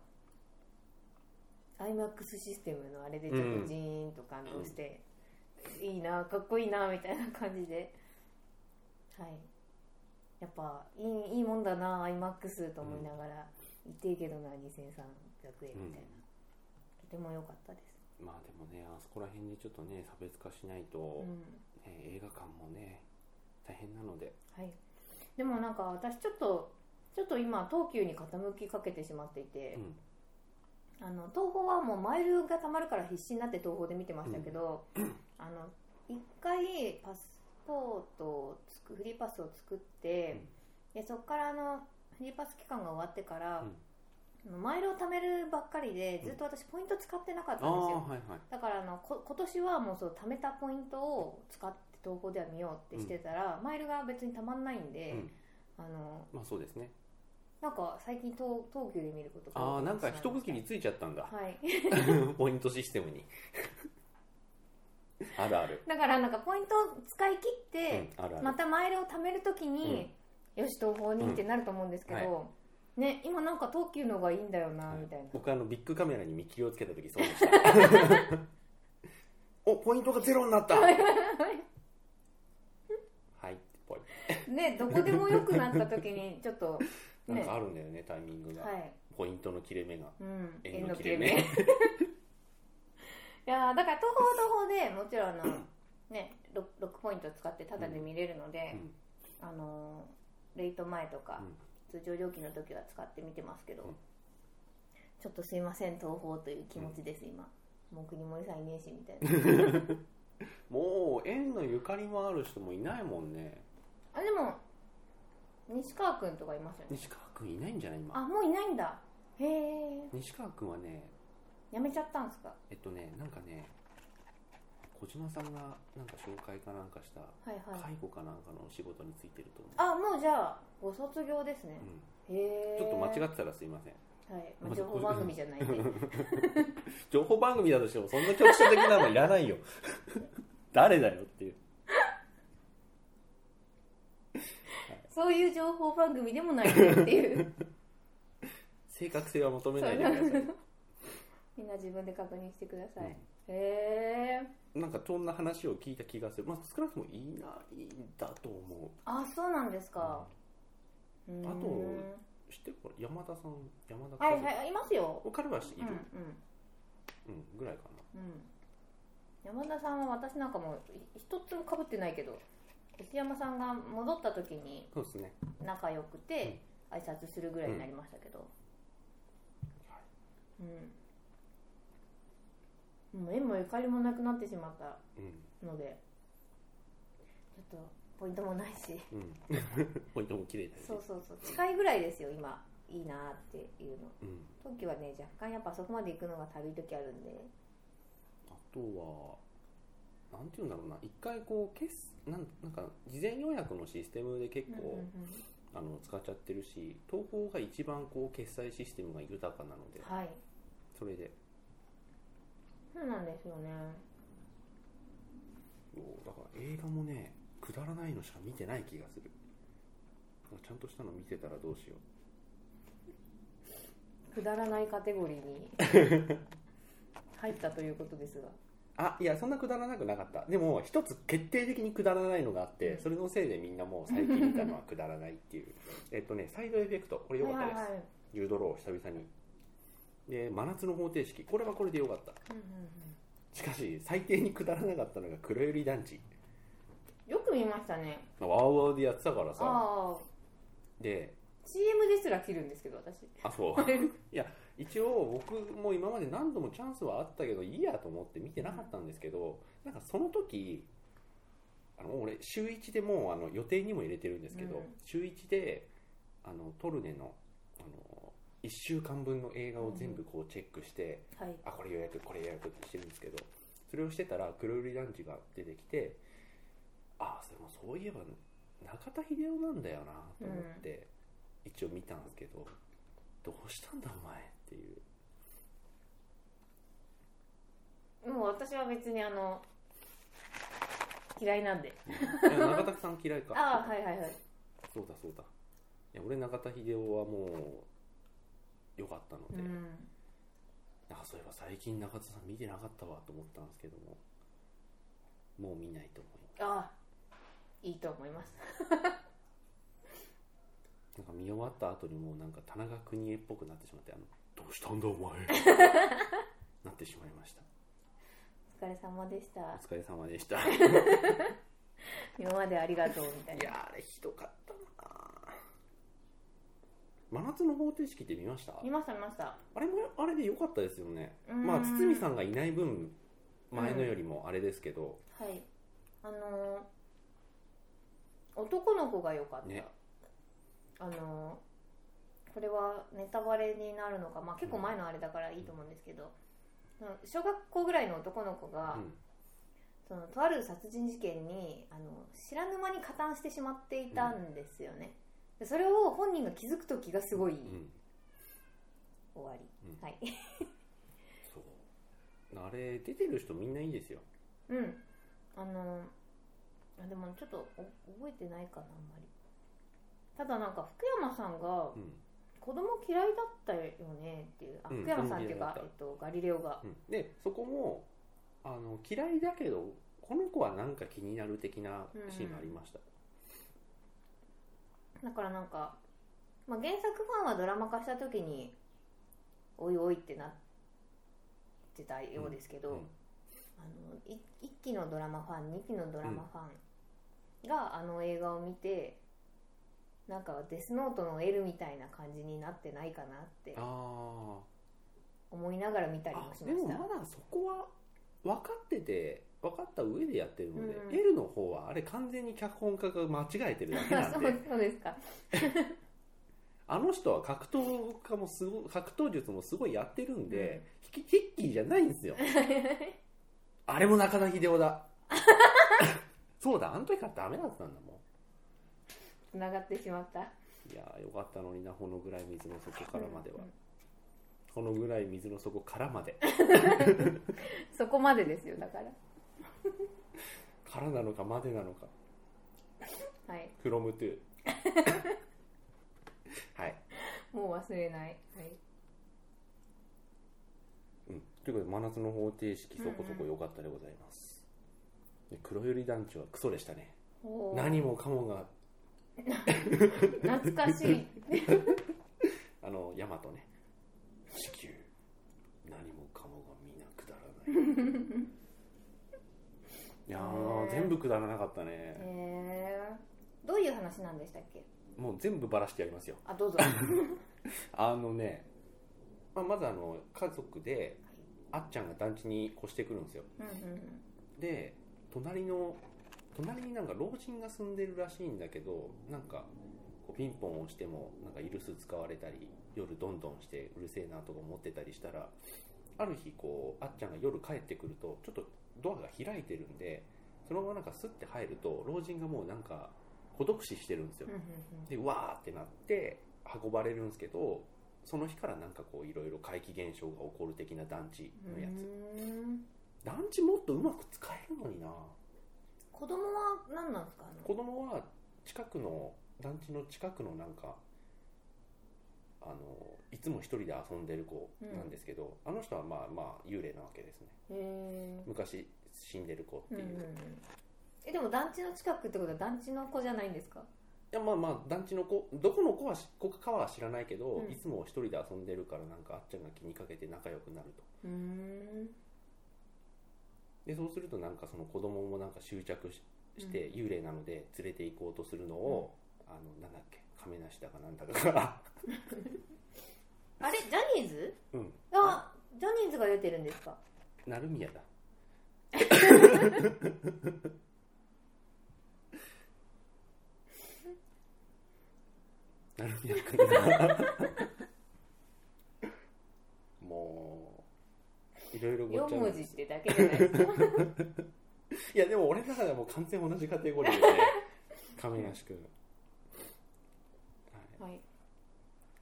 [SPEAKER 2] IMAX システムのあれでちょっとジーンと感動して、いいなかっこいいなみたいな感じではいやっぱいいいいもんだな iMAX と思いながら、痛いけどな2300円みたいな、とても良かったです、
[SPEAKER 1] まあでもねあそこら辺でちょっとね差別化しないと、
[SPEAKER 2] うん、
[SPEAKER 1] ね映画館もね大変なので
[SPEAKER 2] はい、でもなんか私ちょっとちょっと今東急に傾きかけてしまっていて
[SPEAKER 1] う、ん
[SPEAKER 2] あの東宝はもうマイルがたまるから必死になって東宝で見てましたけど、あの一回パスポートをつくフリーパスを作って、でそこからあのフリーパス期間が終わってから、あのマイルを貯めるばっかりでずっと私ポイント使ってなかっ
[SPEAKER 1] あ
[SPEAKER 2] たんです
[SPEAKER 1] あ
[SPEAKER 2] よ、
[SPEAKER 1] はいはい
[SPEAKER 2] だからあのこ今年はもうそう貯めたポイントを使って東宝では見ようってしてたら、マイルが別にたまんないんで、
[SPEAKER 1] うん
[SPEAKER 2] あの
[SPEAKER 1] まあそうですね
[SPEAKER 2] なんか最近東東急で見ることが
[SPEAKER 1] ああ
[SPEAKER 2] 多く
[SPEAKER 1] なん
[SPEAKER 2] っ
[SPEAKER 1] か
[SPEAKER 2] てしまいました
[SPEAKER 1] 一区切りついちゃった
[SPEAKER 2] [laughs]
[SPEAKER 1] んだ
[SPEAKER 2] はい
[SPEAKER 1] ポイントシステムに [laughs] あるある
[SPEAKER 2] だからなんかポイントを使い切っ
[SPEAKER 1] う
[SPEAKER 2] て
[SPEAKER 1] ん、あるあ
[SPEAKER 2] ま
[SPEAKER 1] る
[SPEAKER 2] たマイルを貯めるときに、よし東宝にってなると思うんですけど、
[SPEAKER 1] うん
[SPEAKER 2] ね今なんか東急のがいいんだよな、
[SPEAKER 1] はい
[SPEAKER 2] みたいな
[SPEAKER 1] 僕あのビッグカメラに見切りをつけた時そうでした
[SPEAKER 2] [laughs]
[SPEAKER 1] おポイントがゼロになったはいぽい
[SPEAKER 2] ねどこでも良くなったとき
[SPEAKER 1] [laughs]
[SPEAKER 2] にちょっと
[SPEAKER 1] なん
[SPEAKER 2] ね
[SPEAKER 1] かあるんだよねタイミングが、
[SPEAKER 2] はい
[SPEAKER 1] ポイントの切れ目が
[SPEAKER 2] うん
[SPEAKER 1] 縁の切れ目
[SPEAKER 2] いやーだから東宝は東宝でもちろんあのね 6, ポイント使ってタダで見れるので、
[SPEAKER 1] うん
[SPEAKER 2] あのーレイト前とか、通常料金の時は使ってみてますけど、
[SPEAKER 1] うん
[SPEAKER 2] ちょっとすいません東宝という気持ちです、今もう国森さんいねえしみたいな
[SPEAKER 1] もう縁のゆかりもある人もいないもんね
[SPEAKER 2] あでも西川くんとかいますよね
[SPEAKER 1] 西川君いないんじゃない
[SPEAKER 2] あ
[SPEAKER 1] 今
[SPEAKER 2] もういないんだへえ
[SPEAKER 1] 西川君はね
[SPEAKER 2] やめちゃったんですか
[SPEAKER 1] えっとねなんかね小島さんがなんか紹介かなんかした
[SPEAKER 2] はいはい
[SPEAKER 1] 介護かなんかのお仕事についてると思う、
[SPEAKER 2] あもうじゃあご卒業ですね、へ
[SPEAKER 1] うん、
[SPEAKER 2] え
[SPEAKER 1] ちょっと間違
[SPEAKER 2] っ
[SPEAKER 1] ってたらすいません
[SPEAKER 2] てはい、まあ、情報番組じゃないんで
[SPEAKER 1] [laughs] 情報番組だとしてもそんな局所的なのいら
[SPEAKER 2] [laughs]
[SPEAKER 1] ないよ誰だよっていう
[SPEAKER 2] そういう情報番組でもないっていう
[SPEAKER 1] 正確性は求めないでください、
[SPEAKER 2] みんな自分で確認してください、
[SPEAKER 1] うん
[SPEAKER 2] へえ
[SPEAKER 1] なんかそんな話を聞いた気がする、まあ、少なくともいないんだと思
[SPEAKER 2] あそうなんですか、うん
[SPEAKER 1] あとう知ってるこれ山田さん山田
[SPEAKER 2] はい
[SPEAKER 1] 和
[SPEAKER 2] はいいますよ
[SPEAKER 1] 人彼は知っている、う
[SPEAKER 2] う
[SPEAKER 1] んぐらいかなん
[SPEAKER 2] うんうん山田さんは私なんかもい一つもかぶってないけど内山さんが戻った時に
[SPEAKER 1] そうですね
[SPEAKER 2] 仲良くて挨拶するぐらいになりましたけどうん、もう縁もゆかりもなくなってしまった
[SPEAKER 1] う
[SPEAKER 2] のでちょっとポイントもない
[SPEAKER 1] [laughs]
[SPEAKER 2] し
[SPEAKER 1] んうんポイントも綺麗だよね
[SPEAKER 2] そうそうそう近いぐらいですよ今いいなっていうの
[SPEAKER 1] うん、
[SPEAKER 2] 東京はね若干やっぱそこまで行くのが軽い時あるんで
[SPEAKER 1] あとはなんていうんだろうな一回こう決なんなんか事前予約のシステムで結構、
[SPEAKER 2] うんうんうん
[SPEAKER 1] あの使っちゃってるし東宝が一番こう決済システムが豊かなので
[SPEAKER 2] はい
[SPEAKER 1] それで
[SPEAKER 2] そうなんですよね
[SPEAKER 1] そうだから映画もねくだらないのしか見てない気がするなんかちゃんとしたの見てたらどうしよ
[SPEAKER 2] くだらないカテゴリー
[SPEAKER 1] [laughs]
[SPEAKER 2] に入ったということですが
[SPEAKER 1] うあいやそんなくだらなくなかったでも一つ決定的にくだらないのがあって、
[SPEAKER 2] うん
[SPEAKER 1] それのせいでみんなもう最近見たのはくだらないっていう [laughs] えっとねサイドエフェクトこれ良かったです、
[SPEAKER 2] はいはいはい
[SPEAKER 1] 10ドロー久々にで真夏の方程式これはこれで良かった
[SPEAKER 2] うんうん
[SPEAKER 1] しかし最低にくだらなかったのが黒百合団地
[SPEAKER 2] うんよく見ましたね
[SPEAKER 1] ワーワーでやってたからさ
[SPEAKER 2] ああ
[SPEAKER 1] で
[SPEAKER 2] CM ですら切るんですけど私
[SPEAKER 1] あそう
[SPEAKER 2] [laughs]
[SPEAKER 1] いや一応僕も今まで何度もチャンスはあったけどいいやと思って見てなかったんですけどなんかその時あの俺週1でもうあの予定にも入れてるんですけど、
[SPEAKER 2] うん
[SPEAKER 1] 週1であのトルネのあの1週間分の映画を全部こうチェックして、
[SPEAKER 2] はい
[SPEAKER 1] あこれ予約これ予約ってしてるんですけどそれをしてたら黒売り団地が出てきてあそれもそういえば中田秀夫なんだよなと思って、一応見たんですけどどうしたんだお前っていう
[SPEAKER 2] もう私は別にあの嫌いなんで
[SPEAKER 1] いや中田さん嫌いか
[SPEAKER 2] ああはいはいはい
[SPEAKER 1] そうだそうだいや俺中田秀夫はもう良かったの
[SPEAKER 2] う
[SPEAKER 1] で、
[SPEAKER 2] ん
[SPEAKER 1] あそういえば最近中田さん見てなかったわと思ったんですけどももう見ないと思います
[SPEAKER 2] ああいいと思います
[SPEAKER 1] なんか見終わった後にもうなんか田中邦衛っぽくなってしまってあのどうしたんだお [laughs] 前なってしまいました
[SPEAKER 2] お疲れ様でし
[SPEAKER 1] お
[SPEAKER 2] た
[SPEAKER 1] 疲れ様でしたい
[SPEAKER 2] 今までありがとうみたいな
[SPEAKER 1] やーあれひどかったな真夏の方程式って見ました
[SPEAKER 2] 見ました見ました
[SPEAKER 1] あれもあれで良かったですよね
[SPEAKER 2] うん
[SPEAKER 1] まあ堤さんがいない分前のよりもあれですけど、
[SPEAKER 2] はいあのー男の子が良かった、
[SPEAKER 1] ね
[SPEAKER 2] あのーこれはネタバレになるのか、まあ、結構前のあれだからいいと思うんですけど、うん小学校ぐらいの男の子が、
[SPEAKER 1] うん
[SPEAKER 2] そのとある殺人事件にあの知らぬ間に加担してしまっていたんですよね、でそれを本人が気づく時がすごい
[SPEAKER 1] うん
[SPEAKER 2] 終わり、
[SPEAKER 1] うん
[SPEAKER 2] はい
[SPEAKER 1] そうあれ出てる人みんないいですよ
[SPEAKER 2] うんあのあでもちょっとお覚えてないかなあんまりただなんか福山さんが
[SPEAKER 1] うん
[SPEAKER 2] 子供嫌いだったよねっていう、あ
[SPEAKER 1] うん
[SPEAKER 2] 福山さんっていうか、
[SPEAKER 1] 子供嫌いだった
[SPEAKER 2] えっと、ガリレオが
[SPEAKER 1] うんでそこもあの嫌いだけどこの子はなんか気になる的なシーンがありました、
[SPEAKER 2] だからなんか、まあ、原作ファンはドラマ化した時においおいってなってたようですけど、
[SPEAKER 1] うん
[SPEAKER 2] あのい一期のドラマファン二期のドラマファンがあの映画を見てなんかデスノートの L みたいな感じになってないかなって
[SPEAKER 1] あ
[SPEAKER 2] 思いながら見た
[SPEAKER 1] ー
[SPEAKER 2] りもし
[SPEAKER 1] あ
[SPEAKER 2] ま
[SPEAKER 1] でも
[SPEAKER 2] し
[SPEAKER 1] ま
[SPEAKER 2] た
[SPEAKER 1] だそこは分かってて分かった上でやってるので、
[SPEAKER 2] うん
[SPEAKER 1] L の方はあれ完全に脚本家が間違えてるだけな
[SPEAKER 2] [laughs] そ
[SPEAKER 1] ん
[SPEAKER 2] う
[SPEAKER 1] で
[SPEAKER 2] そうですか
[SPEAKER 1] あの人は格闘家もすご格闘術もすごいやってるんで、ヒキヒッキーじゃないん
[SPEAKER 2] [laughs]
[SPEAKER 1] ですよあれも中田秀夫だ [laughs] そうだあの時からダメだったんだもん
[SPEAKER 2] つながってしまった
[SPEAKER 1] いやーよかったのになこのぐらい水の底からまでは
[SPEAKER 2] うん
[SPEAKER 1] このぐらい水の底からまで
[SPEAKER 2] そこまでですよだから
[SPEAKER 1] からなのかまでなのか
[SPEAKER 2] はい
[SPEAKER 1] フ o ム to はい、
[SPEAKER 2] もう忘れない、はい、
[SPEAKER 1] うん、ということで真夏の方程式そこそこ良かったでございます、で黒百合団地はクソでしたね
[SPEAKER 2] おー
[SPEAKER 1] 何もかもが
[SPEAKER 2] 懐か
[SPEAKER 1] [laughs]
[SPEAKER 2] しい
[SPEAKER 1] あの大和ね地球何もかもが皆くだらないいやー
[SPEAKER 2] ね
[SPEAKER 1] 全部くだらなかったね
[SPEAKER 2] えー、どういう話なんでしたっけ
[SPEAKER 1] もう全部ばらしてやりますよ
[SPEAKER 2] あど
[SPEAKER 1] [laughs]
[SPEAKER 2] うぞ
[SPEAKER 1] あのね、まあ、まずあの家族であっちゃんが団地に越してくるんですよ
[SPEAKER 2] うんうんうん
[SPEAKER 1] で隣の隣になんか老人が住んでるらしいんだけどなんかこうピンポン押してもなんかイルス使われたり夜どんどんしてうるせえなとか思ってたりしたらある日こうあっちゃんが夜帰ってくるとちょっとドアが開いてるんでそのままなんかスッて入ると老人がもうなんか孤独死してるんですよ
[SPEAKER 2] うんうん
[SPEAKER 1] でうわーってなって運ばれるんですけどその日からなんかこういろいろ怪奇現象が起こる的な団地
[SPEAKER 2] うん
[SPEAKER 1] のやつ
[SPEAKER 2] うーん
[SPEAKER 1] 団地もっとうまく使えるのにな
[SPEAKER 2] 子供は何なんですかあの
[SPEAKER 1] 子供は近くの団地の近くのなんかあのいつも一人で遊んでる子なんですけど、あの人はまあまあ幽霊なわけですね
[SPEAKER 2] へー
[SPEAKER 1] 昔死んでる子って
[SPEAKER 2] うん
[SPEAKER 1] いうう、
[SPEAKER 2] んう
[SPEAKER 1] い
[SPEAKER 2] んえでも団地の近くってことは団地の子じゃないんですか
[SPEAKER 1] やまあまあ団地の子どこの子はし子かは知らないけど、
[SPEAKER 2] うん
[SPEAKER 1] いつも一人で遊んでるからなんかあっちゃんが気にかけて仲良くなると
[SPEAKER 2] うーん
[SPEAKER 1] でそうするとなんかその子供もなんか執着しして幽霊なので連れて行こうとするのを、あのなんだっけ亀梨だかなんだかが
[SPEAKER 2] あれジャニーズ
[SPEAKER 1] うん
[SPEAKER 2] あジャニーズが出てるんですか
[SPEAKER 1] 成宮だ成宮君だもういろいろご
[SPEAKER 2] 4
[SPEAKER 1] っちゃなん
[SPEAKER 2] 文
[SPEAKER 1] です
[SPEAKER 2] 字ってだけじゃないですか
[SPEAKER 1] いやでも俺の中ではもう完全に同じカテゴリーですね亀梨君、 [laughs] はい、
[SPEAKER 2] はい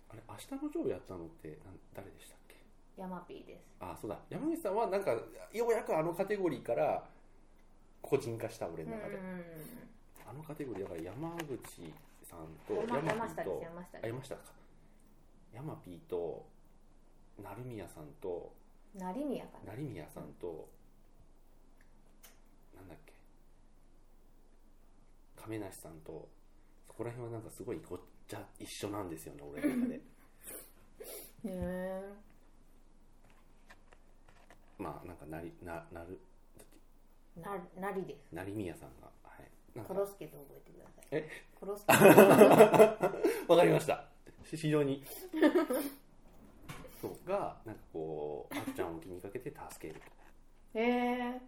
[SPEAKER 1] あれ明日のジョーやったのってなん誰でしたっけ
[SPEAKER 2] ヤマピーです
[SPEAKER 1] あそうだ山口さんはなんかようやくあのカテゴリーから個人化した俺
[SPEAKER 2] う
[SPEAKER 1] の
[SPEAKER 2] んうん
[SPEAKER 1] 中で、あのカテゴリーだから山口さんと
[SPEAKER 2] うんうん山
[SPEAKER 1] 山ー
[SPEAKER 2] 下です
[SPEAKER 1] と
[SPEAKER 2] 山下
[SPEAKER 1] あ
[SPEAKER 2] で
[SPEAKER 1] 山下か山ピーと成宮さんと
[SPEAKER 2] す成宮かな
[SPEAKER 1] 成宮さんと、なんだっけ亀梨さんとそこら辺はなんかすごいごっちゃ一緒なんですよね俺の中で
[SPEAKER 2] へえ
[SPEAKER 1] まあなんかなりななる
[SPEAKER 2] ななりです
[SPEAKER 1] 成宮さんがはいなんか
[SPEAKER 2] コロスケと覚えてください
[SPEAKER 1] え
[SPEAKER 2] コロス
[SPEAKER 1] [laughs]
[SPEAKER 2] ケは
[SPEAKER 1] わかりました。非常に。 [laughs] そうが、なんかこう、あっちゃんを気にかけて助ける。
[SPEAKER 2] いへえ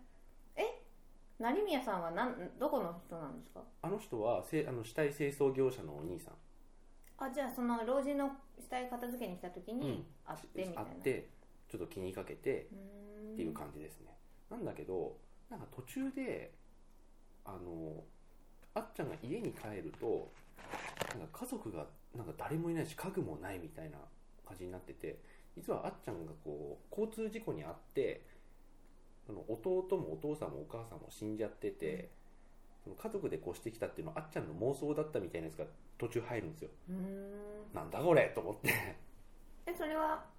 [SPEAKER 2] え成宮さんはなんどこの人なんですか
[SPEAKER 1] あの人は、せあの死体清掃業者のお兄さん。
[SPEAKER 2] あじゃあその老人の死体片付けに来た時に会ってみたいな、
[SPEAKER 1] あって、ちょっと気にかけて
[SPEAKER 2] うーん
[SPEAKER 1] っていう感じですね。なんだけど、なんか途中で、あの、あっちゃんが家に帰ると、なんか家族が、なんか誰もいないし、家具もないみたいな感じになってて、実はあっちゃんがこう、交通事故に遭って、その弟もお父さんもお母さんも死んじゃってて、その家族で越してきたっていうのはあっちゃんの妄想だったみたいなやつが途中入るんですよ。
[SPEAKER 2] うーん
[SPEAKER 1] なんだこれと思って。 [laughs]
[SPEAKER 2] えそれは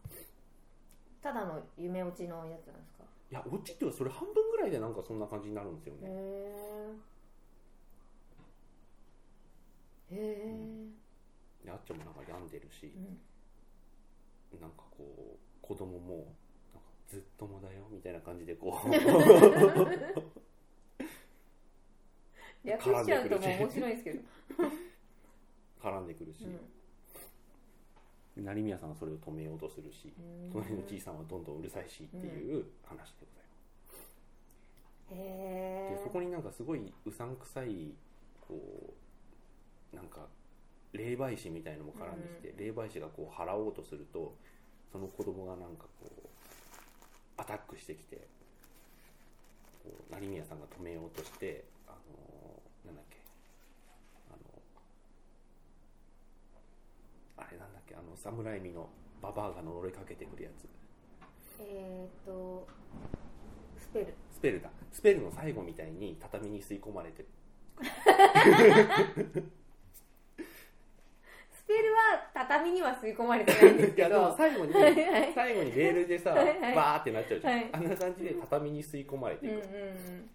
[SPEAKER 2] ただの夢落ちのやつなんですか
[SPEAKER 1] いや、オチっていうかそれ半分ぐらいでなんかそんな感じになるんですよね。
[SPEAKER 2] へえへえ
[SPEAKER 1] であっちゃんもなんか病んでるし、なんかこう子供もなんかずっともだよみたいな感じでこ [laughs] う
[SPEAKER 2] 略しちゃうともう面白いで
[SPEAKER 1] [laughs]
[SPEAKER 2] すけど、
[SPEAKER 1] 絡んでくるし、成宮さんはそれを止めようとするし、
[SPEAKER 2] うん
[SPEAKER 1] 隣のじいさんはどんどんうるさいしっていう話でござい
[SPEAKER 2] へ
[SPEAKER 1] ます、
[SPEAKER 2] え
[SPEAKER 1] でそこになんかすごいうさんくさいこうなんか霊媒師みたいのも絡んできて、霊媒師がこう払おうとするとその子供がなんかこうアタックしてきてこう成宮さんが止めようとしてあのーなんだっけあのあれなんだっけあの侍みのババアが呪いかけてくるやつ
[SPEAKER 2] えー、っとスペル
[SPEAKER 1] スペルだスペルの最後みたいに畳に吸い込まれ [laughs] て
[SPEAKER 2] スペルは畳には吸い込まれてないんです
[SPEAKER 1] [laughs] い
[SPEAKER 2] け
[SPEAKER 1] やで
[SPEAKER 2] ど
[SPEAKER 1] も
[SPEAKER 2] [laughs]
[SPEAKER 1] 最後に
[SPEAKER 2] はいはい
[SPEAKER 1] 最後にレールでさ
[SPEAKER 2] はいはい
[SPEAKER 1] バーってなっちゃうじゃん、
[SPEAKER 2] はい
[SPEAKER 1] あんな感じで畳に吸い込まれ
[SPEAKER 2] う
[SPEAKER 1] て
[SPEAKER 2] ん
[SPEAKER 1] い
[SPEAKER 2] うんう
[SPEAKER 1] く、
[SPEAKER 2] ん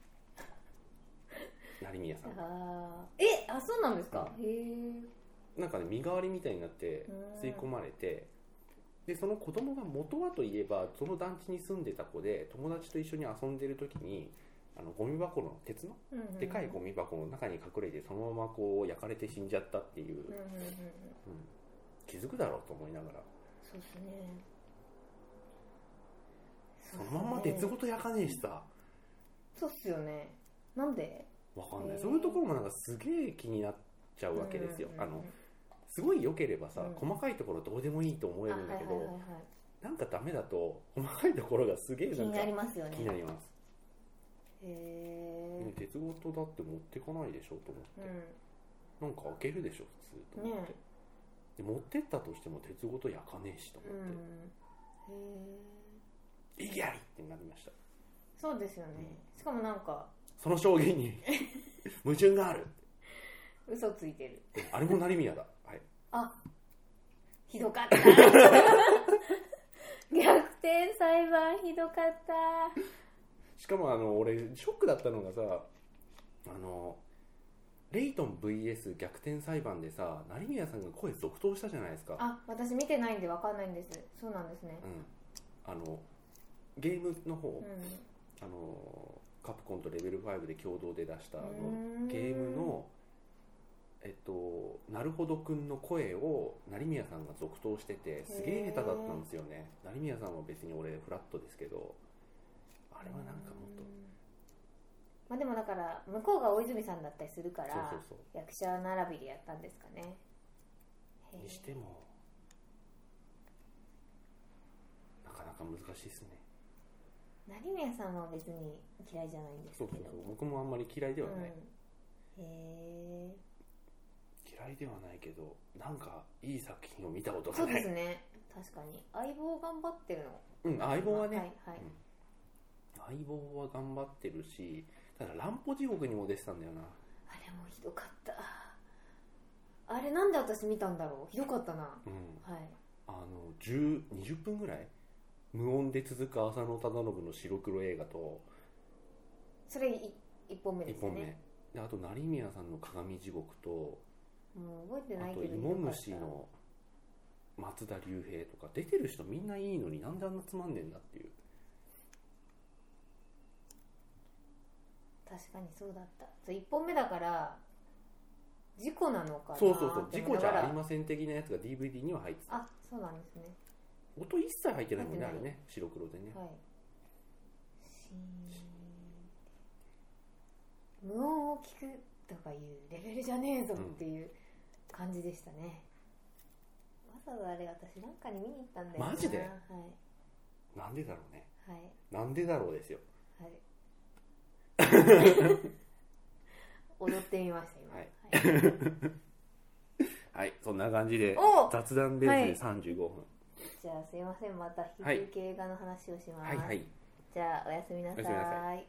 [SPEAKER 1] 成宮さんが
[SPEAKER 2] あーえあそうなんですかへえ
[SPEAKER 1] なんかね身代わりみたいになって
[SPEAKER 2] うん
[SPEAKER 1] 吸い込まれてでその子供が元はといえばその団地に住んでた子で友達と一緒に遊んでる時にあのゴミ箱の鉄の
[SPEAKER 2] うんうん
[SPEAKER 1] でかいゴミ箱の中に隠れてそのままこう焼かれて死んじゃったっていう、
[SPEAKER 2] うんうんうんう
[SPEAKER 1] う
[SPEAKER 2] ん
[SPEAKER 1] ん気づくだろうと思いながら
[SPEAKER 2] そうですね
[SPEAKER 1] そのまんま鉄ごと焼かねえしさ
[SPEAKER 2] そうっすよねなんで
[SPEAKER 1] わかんない
[SPEAKER 2] へえ
[SPEAKER 1] そういうところもなんかすげえ気になっちゃうわけですよ
[SPEAKER 2] うんうん
[SPEAKER 1] あ
[SPEAKER 2] うん
[SPEAKER 1] のすごい良ければさ
[SPEAKER 2] うん
[SPEAKER 1] 細かいところどうでもいいと思えるんだけ
[SPEAKER 2] あはいはい
[SPEAKER 1] ど
[SPEAKER 2] はいはい
[SPEAKER 1] なんかダメだと細かいところがすげえ
[SPEAKER 2] 気
[SPEAKER 1] なん
[SPEAKER 2] に
[SPEAKER 1] か
[SPEAKER 2] なりますよね
[SPEAKER 1] 気になります
[SPEAKER 2] へえ
[SPEAKER 1] ね、鉄ごとだって持ってかないでしょと思って、
[SPEAKER 2] う
[SPEAKER 1] なんか開けるでしょ普通と思って、
[SPEAKER 2] ね
[SPEAKER 1] で持ってったとしても鉄ごと焼かねえしと思
[SPEAKER 2] ん、う
[SPEAKER 1] っ
[SPEAKER 2] ん、へえ
[SPEAKER 1] て「いきやり!」ってなりました
[SPEAKER 2] そうですよね、しかもなんか
[SPEAKER 1] その証言
[SPEAKER 2] [laughs]
[SPEAKER 1] に矛盾がある
[SPEAKER 2] 嘘ついてる
[SPEAKER 1] あれも成宮だはい
[SPEAKER 2] あひど [laughs] かった逆転裁判ひどかった
[SPEAKER 1] しかもあの俺ショックだったのがさあのレイトン VS 逆転裁判でさ成宮さんが声続投したじゃないですか
[SPEAKER 2] あ私見てないんでわかんないんですそうなんですね
[SPEAKER 1] うんあのゲームの方、
[SPEAKER 2] う
[SPEAKER 1] あのカプコンとレベル5で共同で出したあの
[SPEAKER 2] ん
[SPEAKER 1] ゲームのえっとなるほどくんの声を成宮さんが続投しててすげえ下手だったんですよね成宮さんは別に俺フラットですけどあれはなんかもっと
[SPEAKER 2] まあでもだから向こうが大泉さんだったりするから
[SPEAKER 1] そうそう
[SPEAKER 2] 役者並びでやったんですかねへ
[SPEAKER 1] そう
[SPEAKER 2] え
[SPEAKER 1] にしてもなかなか難しいですね
[SPEAKER 2] 成宮さんは別に嫌いじゃないんです
[SPEAKER 1] そう
[SPEAKER 2] け
[SPEAKER 1] そう
[SPEAKER 2] ど
[SPEAKER 1] そう僕もあんまり嫌いではない、
[SPEAKER 2] うん、へえ
[SPEAKER 1] 嫌いではないけどなんかいい作品を見たこと
[SPEAKER 2] そ
[SPEAKER 1] がな
[SPEAKER 2] うで
[SPEAKER 1] い
[SPEAKER 2] すね確かに相棒頑張ってる
[SPEAKER 1] う
[SPEAKER 2] の
[SPEAKER 1] ん相棒はね、
[SPEAKER 2] はいはい、
[SPEAKER 1] 相棒は頑張ってるしただ乱歩地獄にも出てたんだよな
[SPEAKER 2] あれもひどかったあれなんで私見たんだろうひどかったなは
[SPEAKER 1] うん
[SPEAKER 2] い
[SPEAKER 1] あの10 20分ぐらい無音で続く浅野忠信の白黒映画と
[SPEAKER 2] それい一本目で
[SPEAKER 1] 1
[SPEAKER 2] すね
[SPEAKER 1] 本目であと成宮さんの鏡地獄と
[SPEAKER 2] もう覚えて
[SPEAKER 1] あ
[SPEAKER 2] ない
[SPEAKER 1] と
[SPEAKER 2] けど
[SPEAKER 1] 芋虫の松田龍平とか出てる人みんないいのになんであんなつまんねえんだっていう
[SPEAKER 2] 確かにそうだったそう1本目だから事故なのかな
[SPEAKER 1] そうそうそう
[SPEAKER 2] って
[SPEAKER 1] 事
[SPEAKER 2] 思
[SPEAKER 1] 故
[SPEAKER 2] い
[SPEAKER 1] じ
[SPEAKER 2] なが
[SPEAKER 1] ゃ
[SPEAKER 2] ら
[SPEAKER 1] ありません的なやつが DVD には入ってた
[SPEAKER 2] あそうなんですね
[SPEAKER 1] 音一切入ってないもんねあ
[SPEAKER 2] 入ってない
[SPEAKER 1] れね白黒でね
[SPEAKER 2] はいシーン無音を聞くとかいうレベルじゃねえぞっていう感じでしたね、わざわざあれ私なんかに見に行ったんだよな
[SPEAKER 1] マジで
[SPEAKER 2] はい
[SPEAKER 1] なんでだろうね
[SPEAKER 2] はい
[SPEAKER 1] なんでだろうですよ
[SPEAKER 2] はい [laughs] 踊ってみました今、
[SPEAKER 1] はい
[SPEAKER 2] はい
[SPEAKER 1] はいそんな感じで
[SPEAKER 2] お
[SPEAKER 1] 雑談ベースで35分
[SPEAKER 2] じゃあすいませんまた引き
[SPEAKER 1] はい
[SPEAKER 2] 続き映画の話をします、
[SPEAKER 1] はいはい
[SPEAKER 2] じゃあおやすみなさ
[SPEAKER 1] おやすみなさ
[SPEAKER 2] い